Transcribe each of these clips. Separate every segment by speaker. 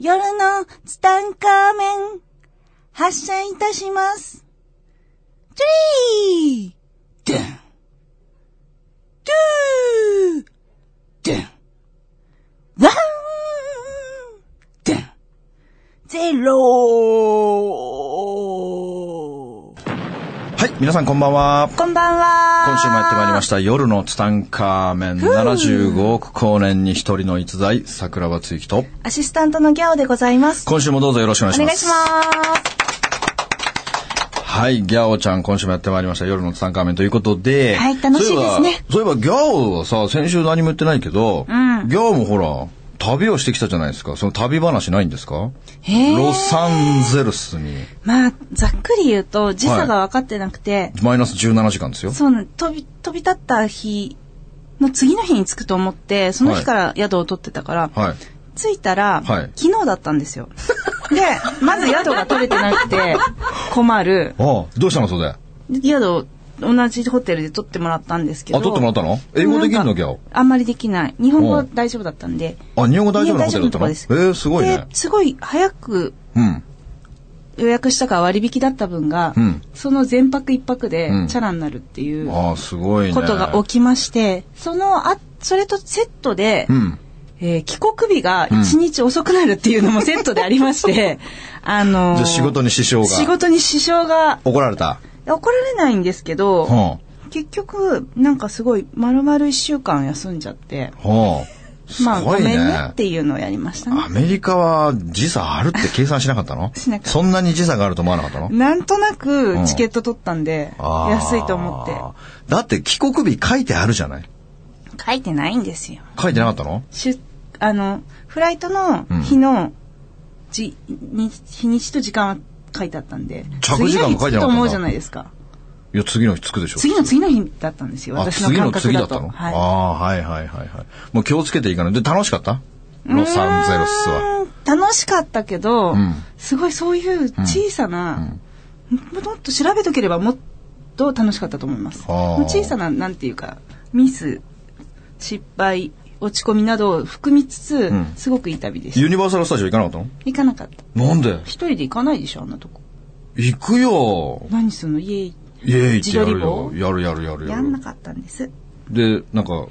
Speaker 1: 夜のツタンカーメン、発射いたします。トゥリードゥントゥードゥンワンドゥンゼロー
Speaker 2: はい、皆さんこんばんは。
Speaker 1: こんばんは
Speaker 2: 今週もやってまいりました。夜のツタンカーメン75億光年に一人の逸材、桜庭つゆきと、
Speaker 1: アシスタントのギャオでございます。
Speaker 2: 今週もどうぞよろしくお願いし
Speaker 1: お
Speaker 2: ま
Speaker 1: 願いし
Speaker 2: す。
Speaker 1: ます。
Speaker 2: はい、ギャオちゃん、今週もやってまいりました。夜のツタンカーメンということで、
Speaker 1: はい楽しいですね
Speaker 2: そういえば、そういえばギャオはさ、先週何も言ってないけど、
Speaker 1: ん
Speaker 2: ギャオもほら、旅をしてきたじゃないですか。その旅話ないんですか
Speaker 1: へー
Speaker 2: ロサンゼルスに、
Speaker 1: まあ、ざっくり言うと、時差が分かってなくて、
Speaker 2: マイナス17時間ですよ。
Speaker 1: そうなん飛び、飛び立った日の次の日に着くと思って、その日から宿を取ってたから、
Speaker 2: はい。
Speaker 1: 着いたら、
Speaker 2: はい
Speaker 1: 昨日だったんですよ。で、まず宿が取れてなく て困る。
Speaker 2: ああ、どうしたのそれ。あ、
Speaker 1: 宿を同じホテルで取ってもらったんですけど。
Speaker 2: 取ってもらったの英語できる
Speaker 1: な
Speaker 2: の
Speaker 1: んか
Speaker 2: ギャオ。
Speaker 1: あんまりできない。日本語は
Speaker 2: うん
Speaker 1: 大丈夫だったんで。
Speaker 2: あ、日本語大丈夫なホテルだったの
Speaker 1: いや大丈夫なとこ
Speaker 2: え
Speaker 1: です
Speaker 2: ー、すごいね
Speaker 1: で。すごい早く
Speaker 2: うん。
Speaker 1: 予約したから割引だった分が、
Speaker 2: うん
Speaker 1: その全泊一泊で
Speaker 2: うん
Speaker 1: チャラになるっていう
Speaker 2: ああ、すごいね。
Speaker 1: ことが起きまして、そのあ、それとセットで、
Speaker 2: うん。
Speaker 1: えー帰国日が1日遅くなるっていうのもセットでありま して、あのー
Speaker 2: じゃあ仕事に支障が。
Speaker 1: 仕事に支障が、
Speaker 2: 怒られた。
Speaker 1: 怒られないんですけど、
Speaker 2: は
Speaker 1: 結局、なんかすごい、丸々1週間休んじゃって、
Speaker 2: あ。はあ。す
Speaker 1: まあ、ご
Speaker 2: ごい
Speaker 1: めんね
Speaker 2: ね
Speaker 1: っ。ていうのをやりましたね
Speaker 2: ア。メリカは時差あるって計算しなかった の
Speaker 1: しなかった
Speaker 2: そんなに時差があると思わなかったの
Speaker 1: なんとな
Speaker 2: う
Speaker 1: く
Speaker 2: ん
Speaker 1: チケット取ったんで、
Speaker 2: ああ
Speaker 1: 安いと思っ
Speaker 2: だって帰国日書いてあるじゃない
Speaker 1: て。書いてないんですよ。
Speaker 2: 書いてなかったの
Speaker 1: しゅあの、フライトの日の、じに日にちと時間は書いてあったんで。
Speaker 2: 着時間も書いてなかったんだ
Speaker 1: 次の日着くと思うじゃないですか。
Speaker 2: いや、次の日着くでしょ。
Speaker 1: 次の次の日だったんですよ。
Speaker 2: あ、
Speaker 1: 私の
Speaker 2: 次の
Speaker 1: 感覚
Speaker 2: 次だ
Speaker 1: だ
Speaker 2: っ
Speaker 1: と。
Speaker 2: たの、
Speaker 1: は
Speaker 2: あ
Speaker 1: い。
Speaker 2: あ、はいはいはいはい。もう気をつけていかない。で、楽しかったロサンゼルスは。
Speaker 1: うーん。楽しかったけど、
Speaker 2: うん
Speaker 1: すごいそういう小さな、もっと調べとければもっと楽しかったと思います。
Speaker 2: あー
Speaker 1: 小さな、なんていうか、ミス、失敗、落ち込みなどを含みつつ、
Speaker 2: ん
Speaker 1: すごくいい旅でし
Speaker 2: ユニバーサルスタジオ行かなかっ
Speaker 1: 行かなかった。
Speaker 2: たのなんで
Speaker 1: 一人で行かないでしょ、あんなとこ。
Speaker 2: 行くよ。
Speaker 1: 何するの家
Speaker 2: イエーイってやる
Speaker 1: 自撮
Speaker 2: よ。
Speaker 1: り
Speaker 2: やるやるやるや
Speaker 1: やんな
Speaker 2: る。
Speaker 1: かったんです。
Speaker 2: で、なんか、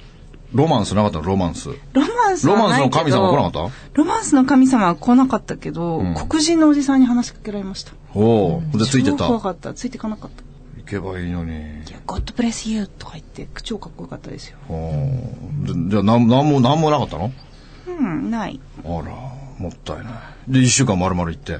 Speaker 2: ロマンスなかったのロマンス。
Speaker 1: ロマンス
Speaker 2: ロ
Speaker 1: は
Speaker 2: マンス
Speaker 1: ない
Speaker 2: の
Speaker 1: けど
Speaker 2: 神様来なかっ
Speaker 1: ロマンスの神様は来なかったけど、
Speaker 2: うん
Speaker 1: 黒人のおじさんに話しかけられました。
Speaker 2: たおお。で、ついてった。
Speaker 1: 超怖
Speaker 2: 行
Speaker 1: かった。ついてかなかった。
Speaker 2: けばいいのに。
Speaker 1: いや、God bless you とか言って、超かっこよかったですよ。
Speaker 2: おーでじゃあ、なん、なんも、なんもなかったの
Speaker 1: うん、ない。
Speaker 2: あら、もったいない。で、一週間丸々行って。あ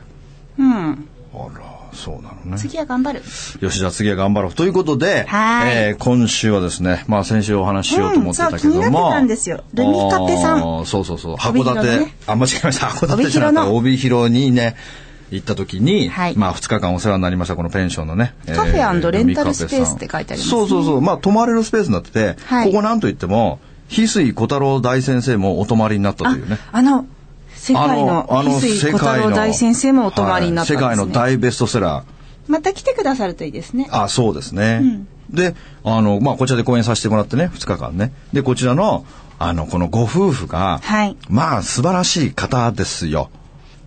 Speaker 1: うん。
Speaker 2: ら、そうなのね。
Speaker 1: 次は頑張る。
Speaker 2: よし、じゃあ次は頑張ろう。ということで、
Speaker 1: はーい
Speaker 2: えー今週はですね、まあ先週お話ししようと思ってたけども。
Speaker 1: うんそう気になってたんですよルミカペさん
Speaker 2: あーそうそうそう。
Speaker 1: 帯
Speaker 2: 函
Speaker 1: 広のね
Speaker 2: 館、あ、間違えました。函館じゃなくて、帯広にね、行った時に、
Speaker 1: はい
Speaker 2: まあ2日間お世話になりました、このペンションのね。
Speaker 1: カフェレンタルスペースって書
Speaker 2: ルミ
Speaker 1: い
Speaker 2: カペ
Speaker 1: て
Speaker 2: さ
Speaker 1: あります
Speaker 2: ん
Speaker 1: ね
Speaker 2: そうそうそう。まあ泊まれるスペースになってて、
Speaker 1: はい
Speaker 2: ここなんといっても、翡翠小太郎大先生もお泊まりになったというね。
Speaker 1: あの、世界の、翡翠小太郎大先生もお泊まりになったんです、ね
Speaker 2: はい世界の大ベストセラー。
Speaker 1: また来てくださるといいですね。
Speaker 2: あ、そうですね。で、あの、まあ、こちらで講演させてもらってね、2日間ね。で、こちらの、あの、このご夫婦が、
Speaker 1: はい
Speaker 2: まあ、素晴らしい方ですよ。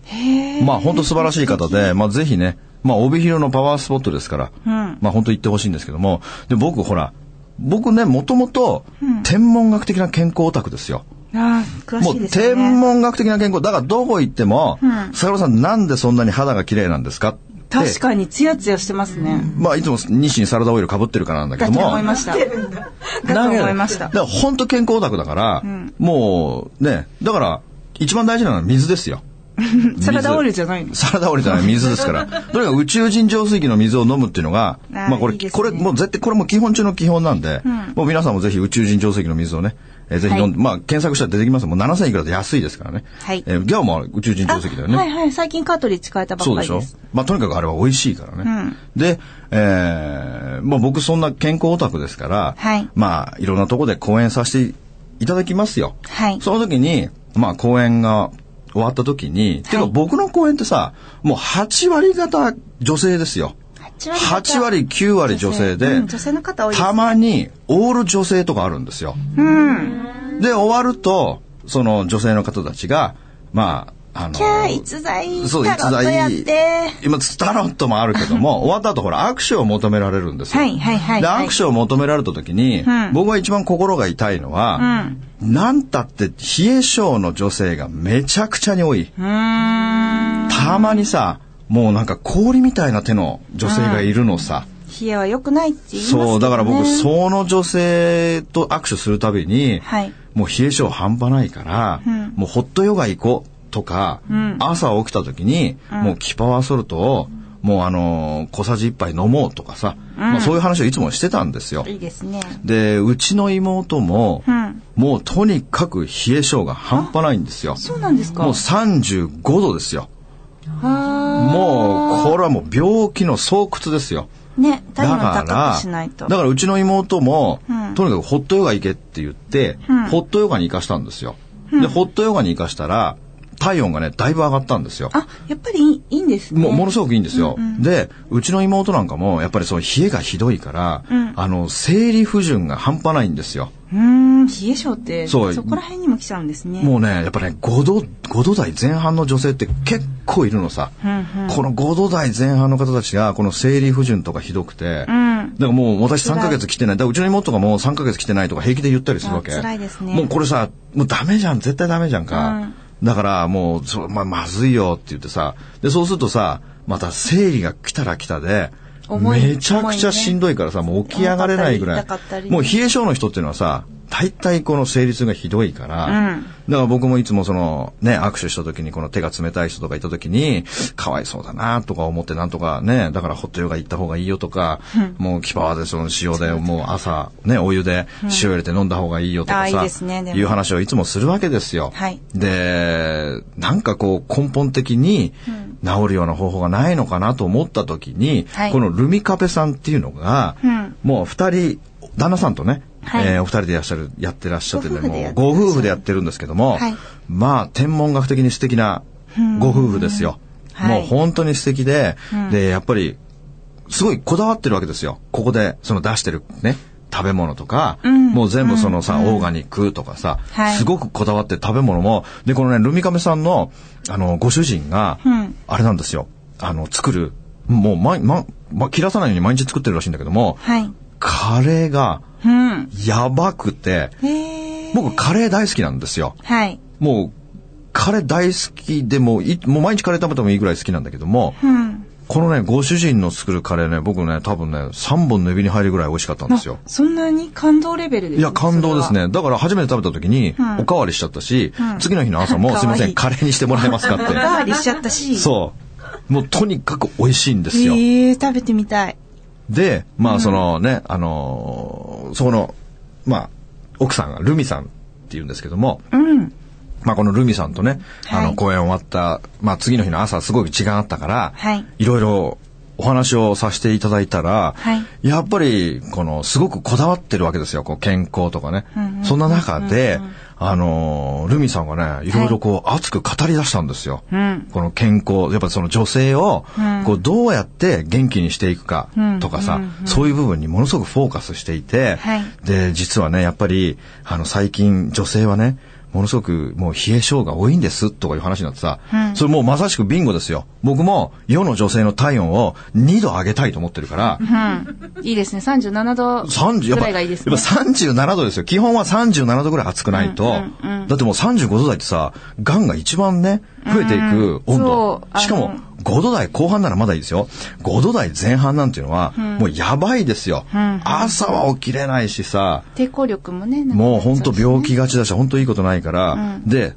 Speaker 1: へえ。
Speaker 2: まあ、本当素晴らしい方で、まあ、ぜひね、まあ、帯広のパワースポットですから、
Speaker 1: うん
Speaker 2: まあ、本当行ってほしいんですけども、で、僕、ほら、僕ね、もともと、天文学的な健康オタクですよ。
Speaker 1: あー詳
Speaker 2: も
Speaker 1: しいうですね。
Speaker 2: 天文学的な健康。だからどこ行っても、
Speaker 1: うん
Speaker 2: 桜庭さんなんでそんなに肌が綺麗なんですかって
Speaker 1: 確かにツヤツヤしてますね。
Speaker 2: まあ、いつも日清サラダオイル被ってるからなんだけ
Speaker 1: だ
Speaker 2: ど
Speaker 1: と
Speaker 2: も。
Speaker 1: 思いました。だと思いました
Speaker 2: だけ。どだから本当健康オタクだから、
Speaker 1: ん
Speaker 2: もうね、だから一番大事なのは水ですよ。
Speaker 1: サラダオイルじゃないの
Speaker 2: サラダオイルじゃない水で すから。とにかく宇宙人浄水器の水を飲むっていうのが、
Speaker 1: あー
Speaker 2: まあこれ
Speaker 1: いいですね
Speaker 2: これもう絶対これも基本中の基本なんで、
Speaker 1: ん
Speaker 2: もう皆さんもぜひ宇宙人浄水器の水をね、えーぜひ飲んで、まあ検索したら出てきます。もう7000いくらで安いですからね。
Speaker 1: はい
Speaker 2: えーギャオも宇宙人浄石だよね。
Speaker 1: あはいはい。最近カートリッジ変えたばっ
Speaker 2: そう
Speaker 1: か
Speaker 2: で
Speaker 1: り
Speaker 2: しょ
Speaker 1: です。
Speaker 2: まあ、とにかくあれは美味しいからね。で、えー、まあ僕そんな健康オタクですから、
Speaker 1: はい
Speaker 2: まあいろんなとこで講演させていただきますよ。
Speaker 1: はい
Speaker 2: その時に、まあ講演が終わった時に、てか僕の講演ってさ、もう8割方女性ですよ。
Speaker 1: 8
Speaker 2: 8割、9割女性で、
Speaker 1: うん女性の方多いです
Speaker 2: たまにオール女性とかあるんですよ。で、終わると、その女性の方たちが、まあ、あの
Speaker 3: キャー、逸材、
Speaker 2: そう、
Speaker 3: タ
Speaker 2: 逸
Speaker 3: ロットやっ
Speaker 2: 材
Speaker 3: て。。
Speaker 2: 今、タロットもあるけど も、終わった後、ほら、握手を求められるんですよ。
Speaker 3: はいはいはい
Speaker 2: で、
Speaker 3: はい
Speaker 2: 握手を求められた時に、
Speaker 3: うん
Speaker 2: 僕が一番心が痛いのは、なんたって、冷え性の女性がめちゃくちゃに多い。
Speaker 3: うーん。
Speaker 2: たまにさ、もうなんか氷みたいな手の女性がいるのさ。
Speaker 3: 冷えは良くないって言いますけどね。
Speaker 2: そう、だから僕、その女性と握手するたびに、
Speaker 3: はい
Speaker 2: もう冷え性半端ないから、
Speaker 3: うん
Speaker 2: もうホットヨガ行こうとか、
Speaker 3: ん
Speaker 2: 朝起きた時に、もうキパワーソルトを、もうあのー小さじ一杯飲もうとかさ、まあ、そういう話をいつもしてたんですよ。
Speaker 3: いいですね。
Speaker 2: で、うちの妹も、
Speaker 3: うん
Speaker 2: もうとにかく冷え性が半端ないんですよ。
Speaker 3: そうなんですか
Speaker 2: もう35度ですよ。
Speaker 3: は
Speaker 2: もう、これはもう病気の巣窟ですよ。
Speaker 3: う、ね、
Speaker 2: だ
Speaker 3: 体温
Speaker 2: か
Speaker 3: 高くしな
Speaker 2: ら
Speaker 3: い、と。
Speaker 2: だからうちの妹も、
Speaker 3: うん
Speaker 2: とにかくホットヨガ行けって言って、
Speaker 3: うん
Speaker 2: ホットヨガに行かしたんですよ。で、ホットヨガに行かしたら、体温がね、だいぶ上がったんですよ。
Speaker 3: あ、やっぱりいいいいんですね。
Speaker 2: もうものすごくいいんですよ、で、うちの妹なんかも、やっぱりその冷えがひどいから、
Speaker 3: ん
Speaker 2: あの、生理不順が半端ないんですよ。
Speaker 3: うーん、冷え性って、
Speaker 2: そう
Speaker 3: そこら辺にも来ちゃうんですね。
Speaker 2: もうね、やっぱね、5度、5度台前半の女性って結構いるのさ。
Speaker 3: うん、うん、
Speaker 2: この5度台前半の方たちが、この生理不順とかひどくて、
Speaker 3: うん。
Speaker 2: だからもう私3ヶ月来てない。だからうちの妹がもう3ヶ月来てないとか平気で言ったりするわけ。
Speaker 3: あ辛いですね
Speaker 2: もうこれさ、もうダメじゃん、絶対ダメじゃん
Speaker 3: う
Speaker 2: か
Speaker 3: ん。
Speaker 2: だからもう、そうまあ、まずいよって言ってさ、で、そうするとさ、また生理が来たら来たで、
Speaker 3: 重い
Speaker 2: めちゃくちゃしんどいからさ、もう起き上がれないぐら
Speaker 3: 重かったり痛かった
Speaker 2: い。
Speaker 3: り
Speaker 2: もう冷え性の人っていうのはさ、大体この生理痛がひどいから、
Speaker 3: うん
Speaker 2: だから僕もいつもその、ね、握手した時にこの手が冷たい人とかいた時に、かわいそうだなとか思ってなんとかね、だからホットヨガ行った方がいいよとか、もうキパワーでその塩でもう朝、ね、お湯で塩入れて飲んだ方がいいよと
Speaker 3: あ
Speaker 2: か
Speaker 3: ーいい
Speaker 2: さ、
Speaker 3: ですねでも
Speaker 2: いう話をいつもするわけですよ。
Speaker 3: はい
Speaker 2: で、なんかこう根本的に治るような方法がないのかなと思った時に、
Speaker 3: はい
Speaker 2: このルミカペさんっていうのが、
Speaker 3: うん
Speaker 2: もう二人、旦那さんとね、
Speaker 3: はい
Speaker 2: えーお二人でいらっしゃる、やってらっしゃってて、
Speaker 3: ご夫婦で
Speaker 2: も
Speaker 3: や
Speaker 2: う
Speaker 3: って
Speaker 2: ご夫婦でやってるんですけども、
Speaker 3: はい
Speaker 2: まあ天文学的に素敵なご夫婦ですよ。
Speaker 3: はい
Speaker 2: もう本当に素敵で、で、やっぱり、すごいこだわってるわけですよ。ここで、その出してるね、食べ物とか、
Speaker 3: ん
Speaker 2: もう全部そのさ、オーガニックとかさ、
Speaker 3: はい
Speaker 2: すごくこだわって食べ物も、で、このね、ルミカメさんの、あの、ご主人が、
Speaker 3: うん
Speaker 2: あれなんですよ、あの、作る、もう、ま、ま、ま、切らさないように毎日作ってるらしいんだけども、
Speaker 3: はい。
Speaker 2: カレーが、
Speaker 3: うん。
Speaker 2: やばくて、
Speaker 3: へえ。
Speaker 2: 僕カレー大好きなんですよ。
Speaker 3: はい。
Speaker 2: もう、カレー大好きでもうい、もう毎日カレー食べてもいいぐらい好きなんだけども、
Speaker 3: うん。
Speaker 2: このね、ご主人の作るカレーね、僕ね、多分ね、3本の指に入るぐらい美味しかったんですよ
Speaker 3: あ。そんなに感動レベルですね
Speaker 2: いや、感動です。ね。だから初めて食べた時に
Speaker 3: うん、
Speaker 2: おかわりしちゃったし、
Speaker 3: うん
Speaker 2: 次の日の朝も、
Speaker 3: かわいい
Speaker 2: すいません、カレーにしてもらえますか
Speaker 3: それはおか
Speaker 2: っ
Speaker 3: わりしちゃった
Speaker 2: て。
Speaker 3: し。
Speaker 2: そう。もうとにかく美味しいんですよ。
Speaker 3: へえ、食べてみたい。
Speaker 2: で、まあそのね、あのーそこの、まあ、奥さんがルミさんっていうんですけども、
Speaker 3: うん。
Speaker 2: まあこのルミさんとね、
Speaker 3: はい
Speaker 2: あの公演終わった、まあ次の日の朝すごい時間あったから、
Speaker 3: はい
Speaker 2: ろいろお話をさせていただいたら、
Speaker 3: はい
Speaker 2: やっぱり、この、すごくこだわってるわけですよ、こう、健康とかね。
Speaker 3: うんうん
Speaker 2: そんな中で、あのー、ルミさんがね、いろいろこう、熱く語り出したんですよ。
Speaker 3: うん。
Speaker 2: この健康、やっぱその女性を
Speaker 3: うん、
Speaker 2: こうどうやって元気にしていくかとか
Speaker 3: う
Speaker 2: さ
Speaker 3: んうん、
Speaker 2: そういう部分にものすごくフォーカスしていて
Speaker 3: はい、
Speaker 2: で、実はね、やっぱり、あの、最近女性はね、ものすごくもう冷え性が多いんですとかいう話になってさ
Speaker 3: う、ん
Speaker 2: それもうまさしくビンゴですよ。僕も世の女性の体温を2度上げたいと思ってるから、
Speaker 3: うん。いいですね。37度
Speaker 2: 30やっ
Speaker 3: ぐら
Speaker 2: ぱ、
Speaker 3: いがいい
Speaker 2: や
Speaker 3: で
Speaker 2: っ
Speaker 3: すね。
Speaker 2: ぱ37度ですよ。基本は37度ぐらい暑くないと、
Speaker 3: うんうんうん
Speaker 2: だってもう35度台ってさ、癌が一番ね、増えてい
Speaker 3: う
Speaker 2: く
Speaker 3: ん
Speaker 2: 温度。
Speaker 3: そう
Speaker 2: しか
Speaker 3: あ
Speaker 2: も
Speaker 3: の、
Speaker 2: 5度台後半ならまだいいですよ。5度台前半なんていうのは、もうやばいですよ、
Speaker 3: んうん
Speaker 2: 朝は起きれないしさ、
Speaker 3: 抵抗力もね、なんか
Speaker 2: もう本当病気がちだし、本当いいことないから、で、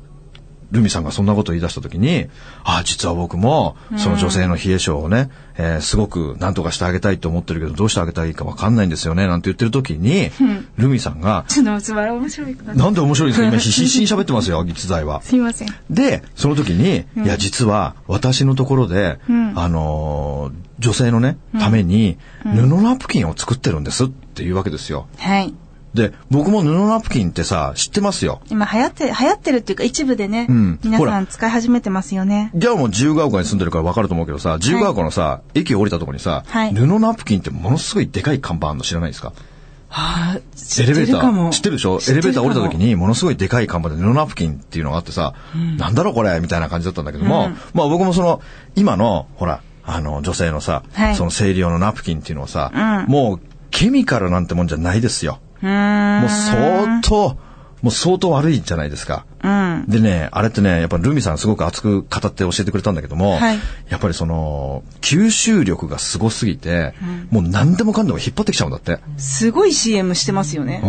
Speaker 2: ルミさんがそんなこと言い出した時に、ああ、実は僕も、その女性の冷え性をね、えーすごく何とかしてあげたいと思ってるけど、どうしてあげたらいいかわかんないんですよね、なんて言ってる時に、ルミさんが、
Speaker 3: ちょっとつまら面白いから。
Speaker 2: なんで面白いんですか今、必死に喋ってますよ、 実在は。
Speaker 3: すいません。
Speaker 2: で、その時に、いや、実は、私のところで、
Speaker 3: ん
Speaker 2: あのー女性のね、ために、布ナプキンを作ってるんですっていうわけですよ。
Speaker 3: はい。
Speaker 2: で、僕も布ナプキンってさ、知ってますよ。
Speaker 3: 今流行って、流行ってるっていうか一部でね、
Speaker 2: うん
Speaker 3: 皆
Speaker 2: ほ
Speaker 3: さ
Speaker 2: ら
Speaker 3: ん使い始めてますよね。
Speaker 2: じゃあもう自由が丘に住んでるから分かると思うけどさ、自由が丘のさ、駅降りたとこにさ、
Speaker 3: はい
Speaker 2: 布ナプキンってものすごいでかい看板あるの知らないですか
Speaker 1: はあ、知
Speaker 2: エ
Speaker 1: っ
Speaker 2: レベ
Speaker 1: て
Speaker 2: ー
Speaker 1: る
Speaker 2: タ
Speaker 1: かも。
Speaker 2: ー、知ってるでしょ
Speaker 1: 知
Speaker 2: エ
Speaker 1: っ
Speaker 2: レ
Speaker 1: てる
Speaker 2: ベータ
Speaker 1: か
Speaker 2: ー
Speaker 1: も
Speaker 2: 降りた時に、ものすごいでかい看板で、布ナプキンっていうのがあってさ、なんだろうこれみたいな感じだったんだけども、まあ僕もその、今の、ほら、あの、女性のさ、
Speaker 3: はい
Speaker 2: その生理用のナプキンっていうのはさ、
Speaker 3: うん
Speaker 2: もう、ケミカルなんてもんじゃないですよ。
Speaker 3: うーん。
Speaker 2: もう相当、もう相当悪いじゃないですか。
Speaker 3: うん。
Speaker 2: でね、あれってね、やっぱルミさんすごく熱く語って教えてくれたんだけども、
Speaker 3: はい
Speaker 2: やっぱりその、吸収力がすごすぎて、もう何でもかんでも引っ張ってきちゃうんだって。
Speaker 1: すごい CM してますよね。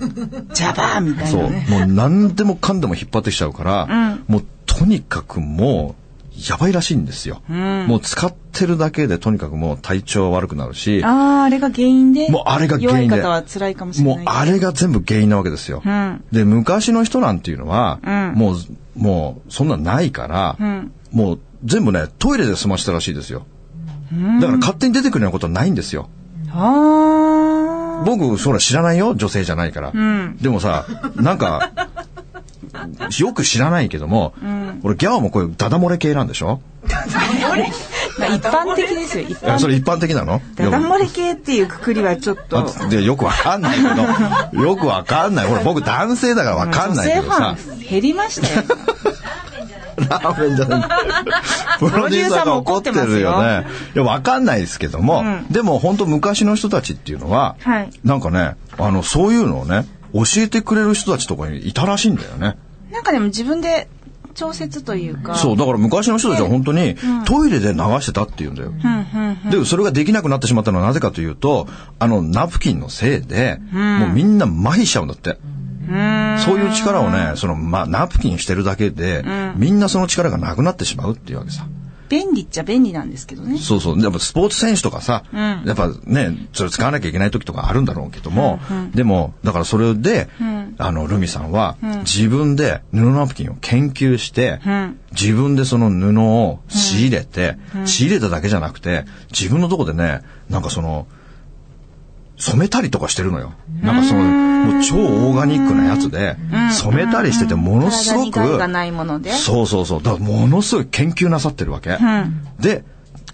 Speaker 2: うん。
Speaker 1: ジャバーみたい
Speaker 2: そう。
Speaker 1: なね。
Speaker 2: もう何でもかんでも引っ張ってきちゃうから、もうとにかくもう、やばいらしいんですよ。もう使ってるだけでとにかくもう体調悪くなるし、
Speaker 1: ああ、あれが原因で。
Speaker 2: もうあれが原因
Speaker 1: 弱
Speaker 2: で
Speaker 1: い方は辛いかもしれ
Speaker 2: も
Speaker 1: な
Speaker 2: う
Speaker 1: い。
Speaker 2: あれが全部原因なわけですよ。
Speaker 3: ん
Speaker 2: で、昔の人なんていうのは、
Speaker 3: ん
Speaker 2: もう、もう、そんなんないから、もう全部ね、トイレで済ましたらしいですよ。だから勝手に出てくるようなことはないんですよ。
Speaker 3: あー。
Speaker 2: 僕、そら知らないよ、女性じゃないから。でもさ、なんか、よく知らないけども、俺、ギャオもこういうダダ漏れ系なんでしょ
Speaker 1: まあ一般的ですよ、一
Speaker 2: いやそ
Speaker 1: 般。
Speaker 2: れ一般的なの
Speaker 1: ダダ漏れ系っていうくくりはちょっと。
Speaker 2: あでよくわかんないけど、よくわかんない。ほら、僕男性だからわかんないけどさ
Speaker 1: 女。性ファン減りました よ。
Speaker 2: ラーメンじゃない。 プロデューサーが怒ってるよね。いや、わかんないですけども、でも本当昔の人たちっていうのは、
Speaker 3: はい
Speaker 2: なんかね、あの、そういうのをね、教えてくれる人たちとかにいたらしいんだよね。
Speaker 1: なんかでも自分で調節というか。
Speaker 2: そう、だから昔の人たちは本当にトイレで流してたっていうんだよ。で、それができなくなってしまったのはなぜかというと、あの、ナプキンのせいで、もうみんな麻痺しちゃうんだって。そういう力をね、その、ま、ナプキンしてるだけで、みんなその力がなくなってしまうっていうわけさ。
Speaker 1: 便利っちゃ便利なんですけどね。
Speaker 2: そうそう。やっぱスポーツ選手とかさ、やっぱね、それ使わなきゃいけない時とかあるんだろうけども、でも、だからそれで、あの、ルミさんは、自分で布ナプキンを研究して、自分でその布を仕入れて、仕入れただけじゃなくて、自分のとこでね、なんかその、染めたりとかしてるのよ。なんかその、もう超オーガニックなやつで、染めたりしてて、ものす
Speaker 1: 体
Speaker 2: ご
Speaker 1: に
Speaker 2: く、
Speaker 1: 害がないもので。
Speaker 2: そうそうそう。だからものすごい研究なさってるわけ。で、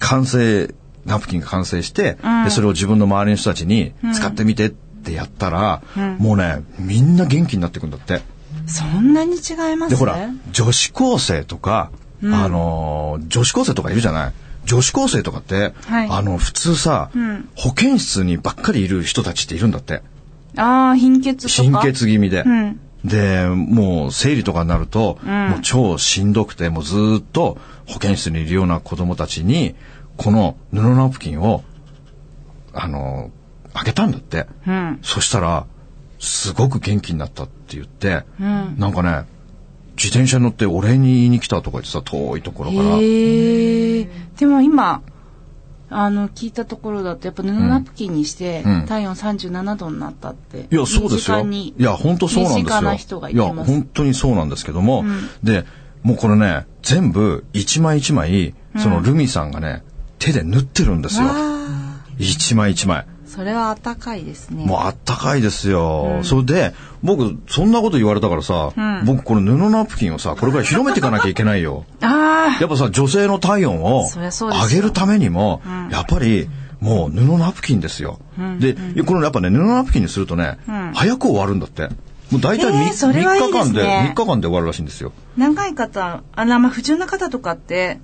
Speaker 2: 完成、ナプキンが完成して、でそれを自分の周りの人たちに使ってみてってやったら、もうね、みんな元気になってくんだって。
Speaker 1: そんなに違います
Speaker 2: で、ほら
Speaker 1: ね。、
Speaker 2: 女子高生とか、あのー、女子高生とかいるじゃない女子高生とかって、
Speaker 1: はい
Speaker 2: あの、普通さ、保健室にばっかりいる人たちっているんだって。
Speaker 1: ああ、貧血とか。
Speaker 2: 貧血気味で。
Speaker 1: ん
Speaker 2: で、もう生理とかになると、もう超しんどくて、もうずーっと保健室にいるような子供たちに、この布ナプキンを、あの、あげたんだって。
Speaker 3: うん。
Speaker 2: そしたら、すごく元気になったって言って、なんかね、自転車に乗ってお礼に言いに来たとか言ってさ、遠いところから。
Speaker 1: へえ。でも今、あの、聞いたところだと、やっぱ布ナプキンにして
Speaker 2: うん、
Speaker 1: 体温37度になったって。
Speaker 2: いや、そうです
Speaker 1: 身近
Speaker 2: よ。
Speaker 1: に
Speaker 2: いや、本当そうなんです
Speaker 1: 身
Speaker 2: よ。
Speaker 1: 近な人がいて
Speaker 2: い
Speaker 1: ま
Speaker 2: や、
Speaker 1: す。
Speaker 2: 本当にそうなんですけども、で、もうこれね、全部、一枚一枚、そのルミさんがね、手で縫ってるんですよ。
Speaker 1: あ
Speaker 2: 一枚一枚。
Speaker 1: ーそれは暖かいですね。
Speaker 2: もうあったかいですよ。それで、僕、そんなこと言われたからさ、僕これ布ナプキンをさ、これから広めていかなきゃいけないよ。
Speaker 1: ああ。
Speaker 2: やっぱさ、女性の体温を
Speaker 1: そりゃそうですよ
Speaker 2: 上げるためにも、やっぱり、もう布ナプキンですよ。で、このやっぱね、布ナプキンにするとね、早く終わるんだって。もう大体
Speaker 1: えー
Speaker 2: 3,
Speaker 1: それはい
Speaker 2: 日
Speaker 1: いです
Speaker 2: 間で、
Speaker 1: ね
Speaker 2: 3日間で終わるらしいんですよ。
Speaker 1: 長い方、あの、まあ、不純な方とかって、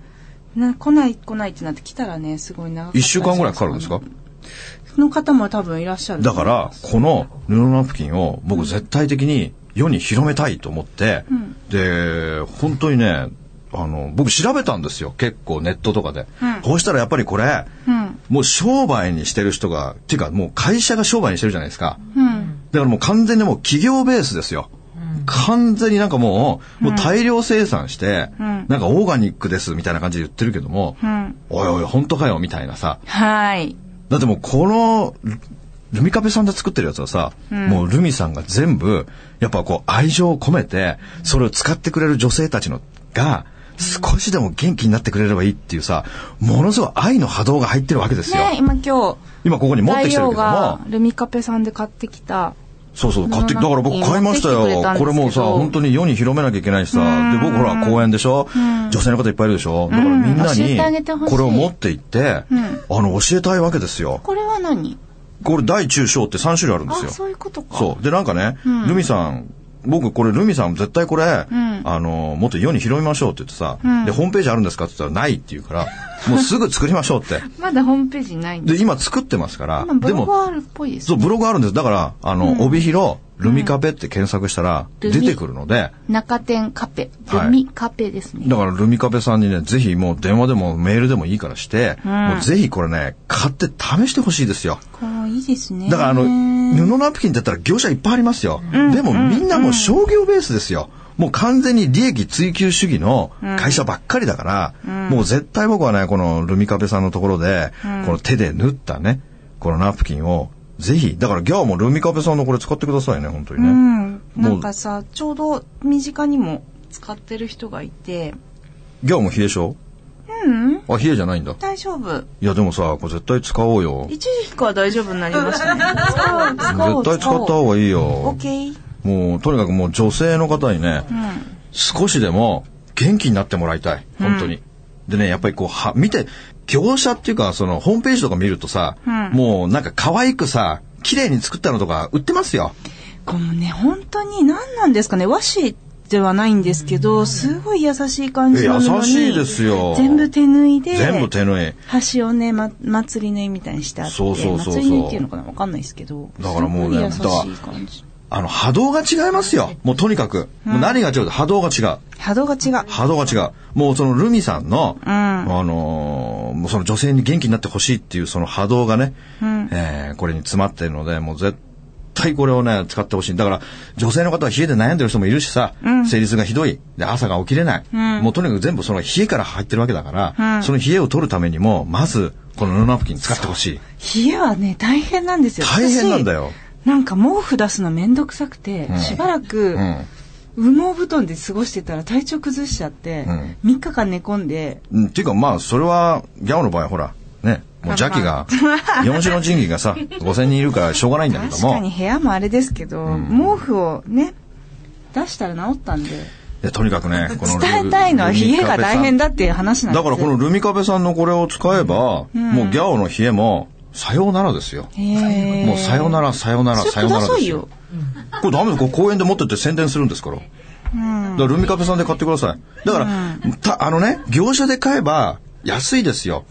Speaker 1: な来ない来ないってなって来たらね、すごい長かったり
Speaker 2: 1
Speaker 1: し
Speaker 2: 週
Speaker 1: ます
Speaker 2: 間ぐらいかかるんですか
Speaker 1: の方も多分いらっしゃる。
Speaker 2: だから、この布ナプキンを僕絶対的に世に広めたいと思って、で、本当にね、あの、僕調べたんですよ。結構ネットとかで。こうしたらやっぱりこれ、もう商売にしてる人が、っていうかもう会社が商売にしてるじゃないですか。だからもう完全にもう企業ベースですよ。完全になんかもう、もう大量生産して、なんかオーガニックですみたいな感じで言ってるけども、おいおい、本当かよみたいなさ、
Speaker 1: はい。
Speaker 2: だってもうこのルルミカフェさんで作ってるやつはさ、もうルミさんが全部やっぱこう愛情を込めてそれを使ってくれる女性たちのが少しでも元気になってくれればいいっていうさものすごい愛の波動が入ってるわけですよ、
Speaker 1: ね、今今日、
Speaker 2: 今ここに持って
Speaker 1: 太
Speaker 2: きてる
Speaker 1: 陽
Speaker 2: けど
Speaker 1: が
Speaker 2: も
Speaker 1: ルミカペさんで買ってきた。
Speaker 2: そうそう買ってだ
Speaker 1: 布
Speaker 2: か
Speaker 1: の
Speaker 2: ら僕買いました
Speaker 1: 持ってきてくれ
Speaker 2: よ
Speaker 1: たんです
Speaker 2: こ
Speaker 1: け
Speaker 2: れ
Speaker 1: ど
Speaker 2: もうさ本当に世に広めなきゃいけないしさで僕ほら公園でしょ女性の方いっぱいいるでしょだからみんな
Speaker 1: 教え
Speaker 2: に
Speaker 1: てあげてほしい
Speaker 2: これを持って行ってあの教えたいわけですよ
Speaker 1: これは何
Speaker 2: これ大中小って3種類あるんです
Speaker 1: あ
Speaker 2: よ。
Speaker 1: そういうことか
Speaker 2: そう。で、なんかね、ルミさん、僕これルミさん絶対これ、あの、もっと世に広めましょうって言ってさ、で、ホームページあるんですかって言ったらないって言うから、もうすぐ作りましょうって。
Speaker 1: まだホームページないんで
Speaker 2: で、今作ってますから、
Speaker 1: 今ブ
Speaker 2: で
Speaker 1: ログ
Speaker 2: も、
Speaker 1: あるっぽいです
Speaker 2: そう、ブログあるんです。だから、あの、帯広、ルミカフェって検索したら
Speaker 1: ル
Speaker 2: 出
Speaker 1: ミ
Speaker 2: てくるので、
Speaker 1: 中店カフェ
Speaker 2: はい
Speaker 1: ルミカフェですね、
Speaker 2: だからルミカフェさんにね、ぜひもう電話でもメールでもいいからして、もうぜひこれね、買って試してほしいですよ。
Speaker 1: こういいですね
Speaker 2: だからあの、布ナプキンだったら業者いっぱいありますよ。でもみんなもう商業ベースですよ。もう完全に利益追求主義の会社ばっかりだから、もう絶対僕はね、このルミカベさんのところで、この手で縫ったね、このナプキンを、ぜひ、だからギャーもルミカベさんのこれ使ってくださいね、本当にね。
Speaker 1: うんな
Speaker 2: もうん
Speaker 1: かさちょうど身近にも使ってる人がいて
Speaker 2: ギャーも冷え性
Speaker 1: うん
Speaker 2: あ、冷えじゃないんだ。
Speaker 1: 大丈夫
Speaker 2: いやでもさ、これ絶対使おうよ。
Speaker 1: 一時期は大丈夫になりました ね使おう使お
Speaker 2: 絶
Speaker 1: う
Speaker 2: 対使った方がいいよ。
Speaker 1: OK
Speaker 2: もう、とにかくもう女性の方にね、少しでも元気になってもらいたい。本当に。でね、やっぱりこう、は、見て、業者っていうか、その、ホームページとか見るとさ、もうなんか可愛くさ、綺麗に作ったのとか売ってますよ。
Speaker 1: このね本当に何なんですかね和紙ではないんですけどすごい優しい感
Speaker 2: え
Speaker 1: じの布に
Speaker 2: 優しいですよ
Speaker 1: 全部手縫いで
Speaker 2: 全部手縫い。
Speaker 1: 端をね、ま、祭り縫いみたいにしてあって
Speaker 2: そうそうそうそう
Speaker 1: 祭り縫いっていうのかなわかんないですけど
Speaker 2: だからもうね
Speaker 1: すごい優しい感じ
Speaker 2: あの、波動が違いますよ。もうとにかく。もう何が違うか波動が違う。
Speaker 1: 波動が違う
Speaker 2: 波動が違う。もうそのルミさんの、
Speaker 1: ん
Speaker 2: あのーもうその女性に元気になってほしいっていうその波動がね、
Speaker 1: ん
Speaker 2: えーこれに詰まってるので、もう絶対これをね、使ってほしい。だから、女性の方は冷えで悩んでる人もいるしさ、生理痛がひどい。で、朝が起きれない。もうとにかく全部その冷えから入ってるわけだから、その冷えを取るためにも、まず、この布ナプキン使ってほしい。
Speaker 1: 冷えはね大変なんですよ
Speaker 2: 大変なんだよ。
Speaker 1: 私なんか毛布出すのめんどくさくて、
Speaker 2: ん
Speaker 1: しばらく、
Speaker 2: うん。
Speaker 1: 羽毛布団で過ごしてたら体調崩しちゃって、
Speaker 2: うん
Speaker 1: 3日間寝込んで
Speaker 2: うん、っていうかまあそれはギャオの場合ほらねもう邪 気が四種の神器がさ5,000人いるからしょうがないんだけど
Speaker 1: 確かに
Speaker 2: も
Speaker 1: 部屋もあれですけど、毛布をね出したら治ったんで
Speaker 2: でとにかくねこのル
Speaker 1: 伝えたいのは冷えが大変だっていう話なん
Speaker 2: だ
Speaker 1: です
Speaker 2: からこのルミカベさんのこれを使えば、もうギャオの冷えもさようならですよ
Speaker 1: へー
Speaker 2: もうさようならさようなら
Speaker 1: そ
Speaker 2: さ
Speaker 1: れ
Speaker 2: よ
Speaker 1: く
Speaker 2: う
Speaker 1: だ
Speaker 2: なら
Speaker 1: さ
Speaker 2: で
Speaker 1: い
Speaker 2: す
Speaker 1: よ
Speaker 2: よこれダメですこれ公園で持ってって宣伝するんですから,、だからルミカベさんで買ってくださいだから、たあのね業者で買えば安いですよ、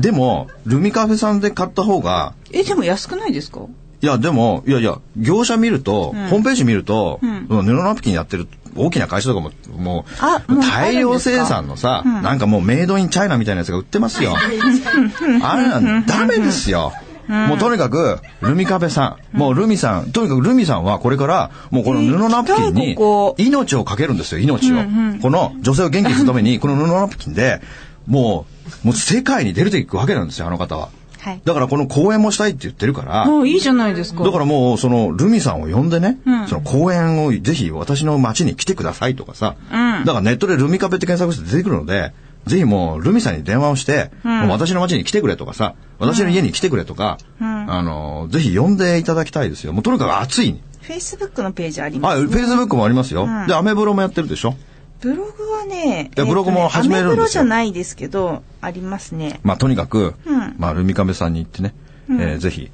Speaker 2: でもルミカフェさんで買った方が
Speaker 1: えでも安くないですか
Speaker 2: いや、でも、いやいや、業者見ると、ホームページ見ると、その布ナプキンやってる大きな会社とかも、も
Speaker 1: あ
Speaker 2: う、
Speaker 1: もう
Speaker 2: 大量生産のさ、なんかもうメイドインチャイナみたいなやつが売ってますよ。あれなんダメですよ。もうとにかく、ルミカベさん。もうルミさん、とにかくルミさんはこれから、もうこの布ナプキン
Speaker 1: えー
Speaker 2: に
Speaker 1: ここ、
Speaker 2: 命をかけるんですよ、命を。この女性を元気にするために、この布ナプキンで、もう、もう世界に出るといくわけなんですよ、あの方は。
Speaker 1: はい
Speaker 2: だからこの講演もしたいって言ってるから、
Speaker 1: もういいじゃないですか
Speaker 2: だからもう、その、ルミさんを呼んでね、その公演をぜひ私の街に来てくださいとかさ、だからネットでルミカフェって検索して出てくるので、ぜひもう、ルミさんに電話をして、もう私の街に来てくれとかさ、私の家に来てくれとか、あの、ぜひ呼んでいただきたいですよ。もうとにかく暑いに。
Speaker 1: フェイスブックのページありま
Speaker 2: あ、
Speaker 1: す、
Speaker 2: フェイスブックもありますよ。で、アメブロもやってるでしょ
Speaker 1: ブログはね、
Speaker 2: いやブログも始めるんですよ
Speaker 1: アメブロじゃないですけど、ありますね。
Speaker 2: まあ、とにかく、
Speaker 1: うん
Speaker 2: まあ、ルミカフェさんに行ってね、えーぜひ、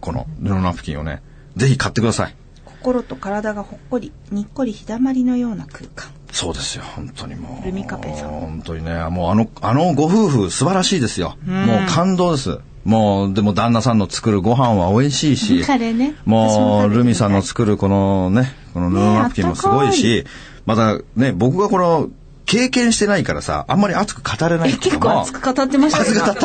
Speaker 2: この布ナプキンをね、ぜひ買ってください。
Speaker 1: 心と体がほっこり、にっこり日だまりのような空間。
Speaker 2: そうですよ、本当にもう。
Speaker 1: ルミカペさん
Speaker 2: 本当にね、もうあの、あのご夫婦素晴らしいですよ。もう感動です。もう、でも旦那さんの作るご飯は美味しいし、
Speaker 1: カレーね私も
Speaker 2: も
Speaker 1: 食べてみ
Speaker 2: う、
Speaker 1: たい
Speaker 2: ルミさんの作るこのね、この布ナプキンもすごい
Speaker 1: ね
Speaker 2: し、またね、僕がこの、経験してないからさ、あんまり熱く語れないってい
Speaker 1: 結
Speaker 2: うか
Speaker 1: 構
Speaker 2: まあ
Speaker 1: 熱く語ってました
Speaker 2: 熱く語
Speaker 1: ね。
Speaker 2: っ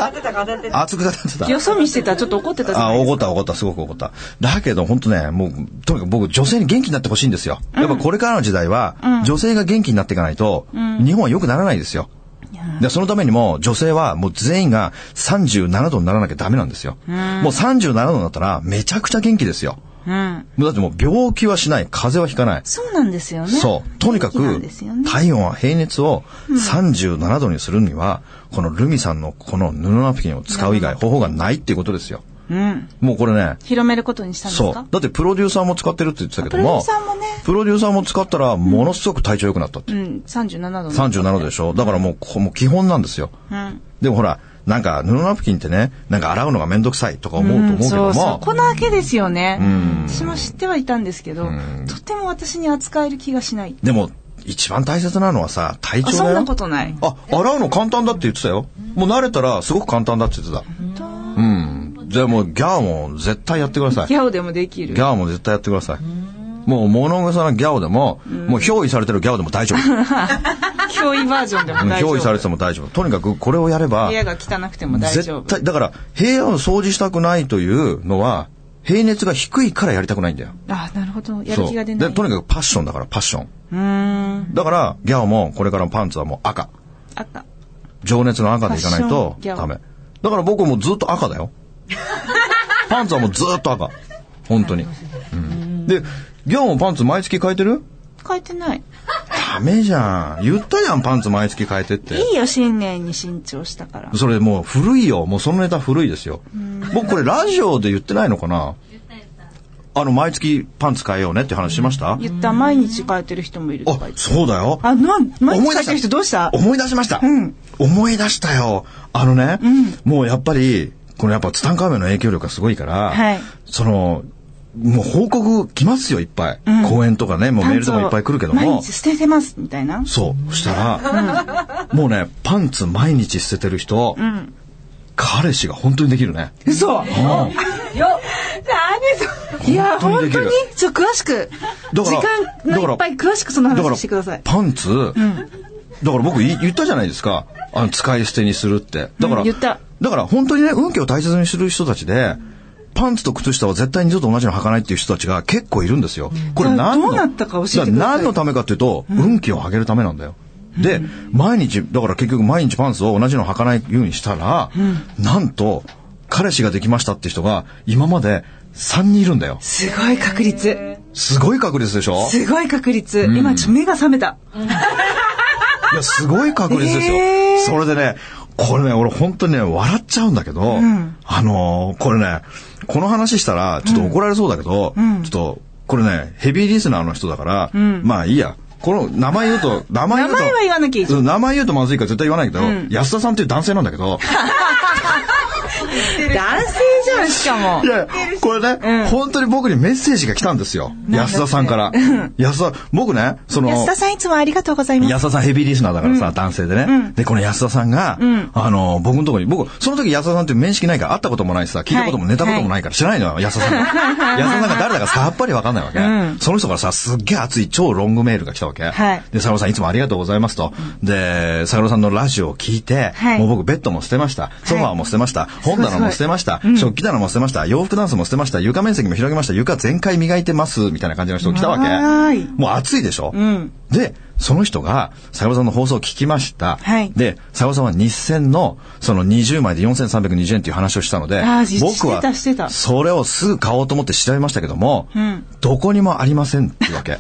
Speaker 2: た熱く語ってた。
Speaker 1: よそ見してたらちょっと怒ってたじゃ
Speaker 2: あ、
Speaker 1: ないです
Speaker 2: 怒った怒った、すごく怒った。だけど、本当ね、もう、とにかく僕、女性に元気になってほしいんですよ。やっぱこれからの時代は、女性が元気になっていかないと、日本は良くならないですよ。で、そのためにも、女性はもう全員が37度にならなきゃダメなんですよ。もう37度になったら、めちゃくちゃ元気ですよ。
Speaker 1: か。うん。
Speaker 2: もうだってもう病気はしない、風邪はひかない。
Speaker 1: そうなんですよね。
Speaker 2: そう。とにか
Speaker 1: 元気なん
Speaker 2: く
Speaker 1: ですよね、
Speaker 2: 体温は平熱を37度にするには、このルミさんのこの布ナプキンを使う以外方法がないっていうことですよ。
Speaker 1: うん。
Speaker 2: もうこれね、
Speaker 1: 広めることにしたんです
Speaker 2: そう
Speaker 1: か。
Speaker 2: だってプロデューサーも使ってるって言ってたけ
Speaker 1: プロ
Speaker 2: ど
Speaker 1: デュー
Speaker 2: も、
Speaker 1: サーもね、
Speaker 2: プロデューサーも使ったらものすごく体調良くなったって。
Speaker 1: うん、37度の。
Speaker 2: 37でしょだからもう、ここもう基本なんですよ。
Speaker 1: うん。
Speaker 2: でもほら、なんか布ナプキンってね、なんか洗うのがめんどくさいとか思うと思うけども、
Speaker 1: そうそう粉だけですよね、
Speaker 2: うん
Speaker 1: 私も知ってはいたんですけど、
Speaker 2: うん
Speaker 1: とても私に扱える気がしない
Speaker 2: でも、一番大切なのはさ、体
Speaker 1: あ
Speaker 2: 調だよ。
Speaker 1: そんなことない
Speaker 2: あ、洗うの簡単だって言ってたよ。もう慣れたらすごく簡単だって言ってた。うん。じゃあもうギャオも絶対やってください。ギ
Speaker 1: ギャオでもできる
Speaker 2: ャオも絶対やってください。もう物臭なギャオでも、もう憑依されてるギャオでも大丈夫。うん
Speaker 1: 憑依バージョンでも大丈
Speaker 2: 憑依され
Speaker 1: 夫
Speaker 2: てても大丈夫。とにかくこれをやれば
Speaker 1: 部、屋が汚くても大丈
Speaker 2: 絶
Speaker 1: 夫
Speaker 2: 対、だから部屋を掃除したくないというのは、平熱が低いからやりたくないんだよ。
Speaker 1: あなるほどやる気が出な
Speaker 2: そ
Speaker 1: い
Speaker 2: うで、とに
Speaker 1: か
Speaker 2: かくパッションだから、パッション。
Speaker 1: うーん
Speaker 2: だから、ギャオもこれからのパンツはもう赤。
Speaker 1: 赤
Speaker 2: 情熱の赤でいかないと
Speaker 1: ファッションギャオ
Speaker 2: ダメ。だから僕もずっと赤だ よ。パンツはもうずっと赤。本当に。うんで、ギャオもパンツ毎月変えてる
Speaker 1: 変えてない
Speaker 2: ダメじゃん。言ったじゃん、パンツ毎月変えてって。
Speaker 1: いいよ新年に新調したから
Speaker 2: それもう古いよ。もうそのネタ古いですよ。僕これラジオで言ってないのかなあの、毎月パンツ変えようねって話しましたあ、
Speaker 1: 言った毎日変えてる人もいるとか言って
Speaker 2: そうだよ。
Speaker 1: あなん毎
Speaker 2: 思
Speaker 1: 日
Speaker 2: い
Speaker 1: 変え
Speaker 2: 出
Speaker 1: てる
Speaker 2: し
Speaker 1: 人
Speaker 2: た
Speaker 1: どうした
Speaker 2: 思い出しました、
Speaker 1: うん
Speaker 2: 思い出したよあのね、もうやっぱりこのやっぱツタンカーメンの影響力がすごいから、
Speaker 1: はい
Speaker 2: そのもう報告来ますよいっぱい、
Speaker 1: ん
Speaker 2: 講演とかねもうメールとかいっぱい来るけど
Speaker 1: 毎
Speaker 2: も
Speaker 1: 日捨ててますみたいな
Speaker 2: そうそしたら、もうねパンツ毎日捨ててる人、
Speaker 1: うん
Speaker 2: 彼氏が本当にできるね、
Speaker 1: 嘘
Speaker 2: うん
Speaker 1: いや
Speaker 2: 本当
Speaker 1: 本
Speaker 2: にでき
Speaker 1: 当
Speaker 2: る
Speaker 1: にちょっと詳しく
Speaker 2: だか
Speaker 1: 時
Speaker 2: ら
Speaker 1: 間のいっぱい詳しくその
Speaker 2: だから
Speaker 1: 話してください
Speaker 2: パンツ、だから僕い言ったじゃないですかあの使い捨てにするってだか
Speaker 1: う
Speaker 2: ら、
Speaker 1: ん言った
Speaker 2: だから本当にね運気を大切にする人たちでパンツと靴下は絶対に二度と同じの履かないっていう人たちが結構いるんですよ。これ
Speaker 1: じゃあ
Speaker 2: 何の
Speaker 1: どうなったか教えてください
Speaker 2: だら何のためかっていうと、運気を上げるためなんだよ。で、毎日、だから結局毎日パンツを同じの履かないようにしたら、なんと、彼氏ができましたって人が今まで3人いるんだよ。
Speaker 1: すごい確率
Speaker 2: すごい確率でしょ
Speaker 1: すごい確率今ちょっと目が覚めた
Speaker 2: いや、すごい確率ですよ。
Speaker 1: えー
Speaker 2: それでね、これね、俺本当にね、笑っちゃうんだけど、あのーこれね、この話したら、ちょっと怒られそうだけど、ちょっと、これね、ヘビーリスナーの人だから、まあいいや。この名前言 うと、名前言うと。
Speaker 1: 名前は言わなきゃいいじゃ
Speaker 2: うん名前言うとまずいから絶対言わないけど、安田さんっていう男性なんだ けど、
Speaker 1: 男性じゃんしかも
Speaker 2: いや、これね、本当に僕にメッセージが来たんですよ。安田さんから。安田、僕ね、その、
Speaker 1: 安田さんいつもありがとうございます
Speaker 2: 安田さんヘビーリスナーだからさ、男性でね、で、この安田さんが、あの、僕のところに、僕、その時安田さんって面識ないから、会ったこともないしさ、聞いたことも
Speaker 1: はい
Speaker 2: 寝たこともないから、知らないのよ、安田さんが。 安田さんが誰だかさっぱりわかんないわけ、その人からさ、すっげえ熱い超ロングメールが来たわけ。
Speaker 1: はい
Speaker 2: で、坂野さんいつもありがとうございますと。で、坂野さんのラジオを聞いて、
Speaker 1: はい
Speaker 2: もう僕ベッドも捨てました。ソファーも捨てました。本棚も捨てました。食器棚も捨てました。洋服ダンスも捨てました。床面積も広げました。床全開磨いてます。みたいな感じの人が来たわけ。
Speaker 1: はい
Speaker 2: もう暑いでしょ、
Speaker 1: ん
Speaker 2: で、その人が、さやばさんの放送を聞きました。
Speaker 1: はい
Speaker 2: で、さやばさんは日銭の、その20枚で4320円っていう話をしたので
Speaker 1: あーし、
Speaker 2: 僕
Speaker 1: してたして
Speaker 2: は、
Speaker 1: た
Speaker 2: それをすぐ買おうと思って調べましたけども、
Speaker 1: ん
Speaker 2: どこにもありませんって わけ。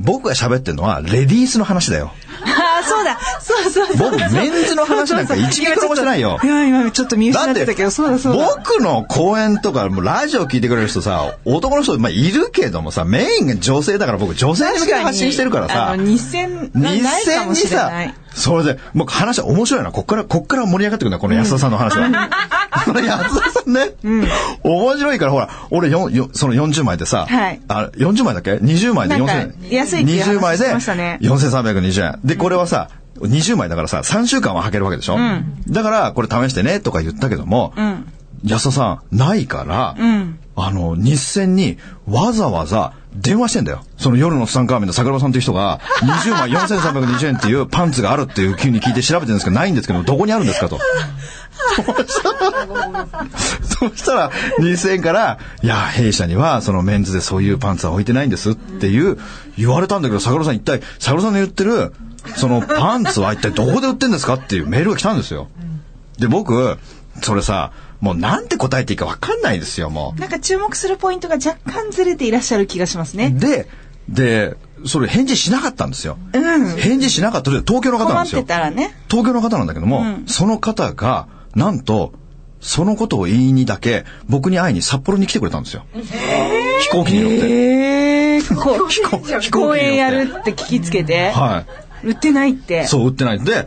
Speaker 2: 僕が喋ってるのは、レディースの話だよ。
Speaker 1: ああそうだそうそうそう
Speaker 2: 僕メンズの話なんか一ミリもしてないよ
Speaker 1: いや今ちょっと見
Speaker 2: だ
Speaker 1: 失っ
Speaker 2: っ
Speaker 1: ててたけどそうだそうだ
Speaker 2: 僕の講演とか、もうラジオ聞いてくれる人さ、男の人、まあ、いるけどもさ、メインが女性だから僕、女性に向けて発信してるからさ
Speaker 1: あ、の2000なないか
Speaker 2: 2000
Speaker 1: も
Speaker 2: に
Speaker 1: しれ
Speaker 2: さ
Speaker 1: ない、
Speaker 2: それで、もう話面白いな。こっから、こっから盛り上がってくるんだ、この安田さんの話は。 この安田さんね、面白いから、ほら、俺よん、よその40枚でさ、
Speaker 1: はい
Speaker 2: あ40枚だっけ ?20 枚で
Speaker 1: なんか
Speaker 2: 4000
Speaker 1: 安いっていう話
Speaker 2: 20枚で
Speaker 1: しましたね
Speaker 2: 4320円。で、これはさ、20枚だからさ、3週間は履けるわけでしょ、だから、これ試してね、とか言ったけども、
Speaker 1: ん
Speaker 2: 安田さん、ないから、
Speaker 1: ん
Speaker 2: あの、日銭にわざわざ電話してんだよ。その夜のツタンカーメンの桜庭さんという人が、20万4320円っていうパンツがあるっていう急に聞いて調べてるんですけど、ないんですけど、どこにあるんですかと。 そしたら、2000円から、いや、弊社には、そのメンズでそういうパンツは置いてないんですっていう、言われたんだけど、桜庭さん一体、桜庭さんの言ってる、そのパンツは一体どこで売ってんですかっていうメールが来たんですよ。で、僕、それさ、もうなんて答えていいかわかんないですよ、も
Speaker 1: なんか注目するポイントが若干ずれていらっしゃる気がしますね
Speaker 2: う。で、で、それ返事しなかったんですよ。
Speaker 1: うん
Speaker 2: 返事しなかった。東京の方
Speaker 1: 困
Speaker 2: なん
Speaker 1: っ
Speaker 2: ですよ。
Speaker 1: てたらね
Speaker 2: 東京の方なんだけども、その方が、なんと、そのことを言いにだけ、僕に会いに札幌に来てくれたんですよ。飛行機に乗って。
Speaker 1: ええこう
Speaker 2: 飛行機に乗って
Speaker 1: 公演やるって聞きつけて
Speaker 2: はい。
Speaker 1: 売ってないって。
Speaker 2: そう、売ってない。で、あ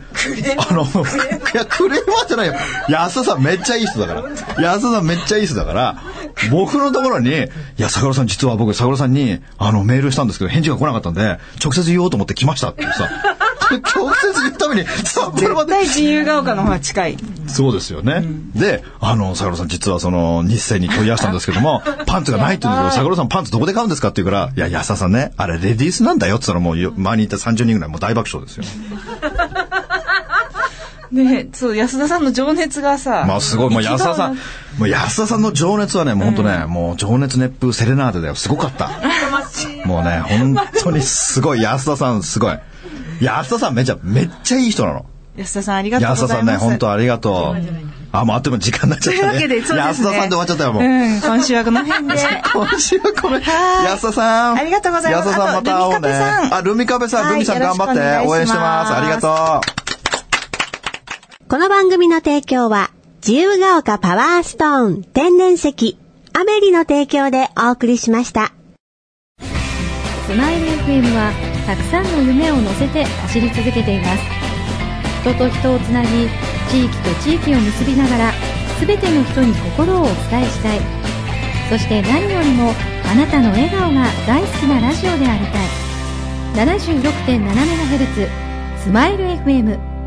Speaker 2: の、いや、クレーマーじゃないよ。安田さんめっちゃいい人だから。安田さんめっちゃいい人だから、僕のところに、いや、桜さん実は僕、桜さんに、あの、メールしたんですけど、返事が来なかったんで、直接言おうと思って来ましたってさ。 直接言うために、札幌ま
Speaker 1: 絶
Speaker 2: で
Speaker 1: 対自由が丘の方が近い。
Speaker 2: そうですよね。で、あの、桜さん実はその、日清に問い合わせたんですけ ども、パンツがないって言うんだけど、桜さんパンツどこで買うんですかって言うから、いや、安田さんね、あれレディースなんだよって言ったらもうよ、周りにいた30人ぐらいもう大爆笑ですよ。
Speaker 1: ねそう、安田さんの情熱がさ。
Speaker 2: まあすごい、もう安田さん
Speaker 1: 行き、
Speaker 2: もう安田さんの情熱はね、もう本当ね、もう情熱熱風セレナーデだよ。すごかった。もうね、本当にすごい、安田さんすごい。いや安田さんめっちゃ、めっちゃいい人なの。
Speaker 1: 安田さんありがとうご
Speaker 2: 安
Speaker 1: ざいま
Speaker 2: 田
Speaker 1: す。
Speaker 2: さんね、本当ありがとう。あ、もうあっという間に時間になっちゃっ
Speaker 1: という
Speaker 2: た
Speaker 1: わ
Speaker 2: ね。
Speaker 1: けで、そうですね。
Speaker 2: 安田さんで終わっちゃったよ、もう。
Speaker 1: うん、今週はこの辺で。
Speaker 2: 今週はこ
Speaker 1: は
Speaker 2: れ、
Speaker 1: い
Speaker 2: 安田さん。
Speaker 1: ありがとうございます
Speaker 2: 安田さん
Speaker 1: あ
Speaker 2: ま
Speaker 1: と
Speaker 2: た会おうね。
Speaker 1: ルミカペさん
Speaker 2: あ、ルミカペさん、
Speaker 1: はい
Speaker 2: ルミさん
Speaker 1: よろ
Speaker 2: 頑
Speaker 1: しくお
Speaker 2: 張
Speaker 1: 願
Speaker 2: っ
Speaker 1: いします
Speaker 2: て。応援してます。ありがとう。
Speaker 4: この番組の提供は、自由が丘パワーストーン天然石、アメリの提供でお送りしました。
Speaker 5: スマイル FM はたくさんの夢を乗せて走り続けています人と人をつなぎ地域と地域を結びながら全ての人に心をお伝えしたいそして何よりもあなたの笑顔が大好きなラジオでありたい 76.7MHz スマイル FM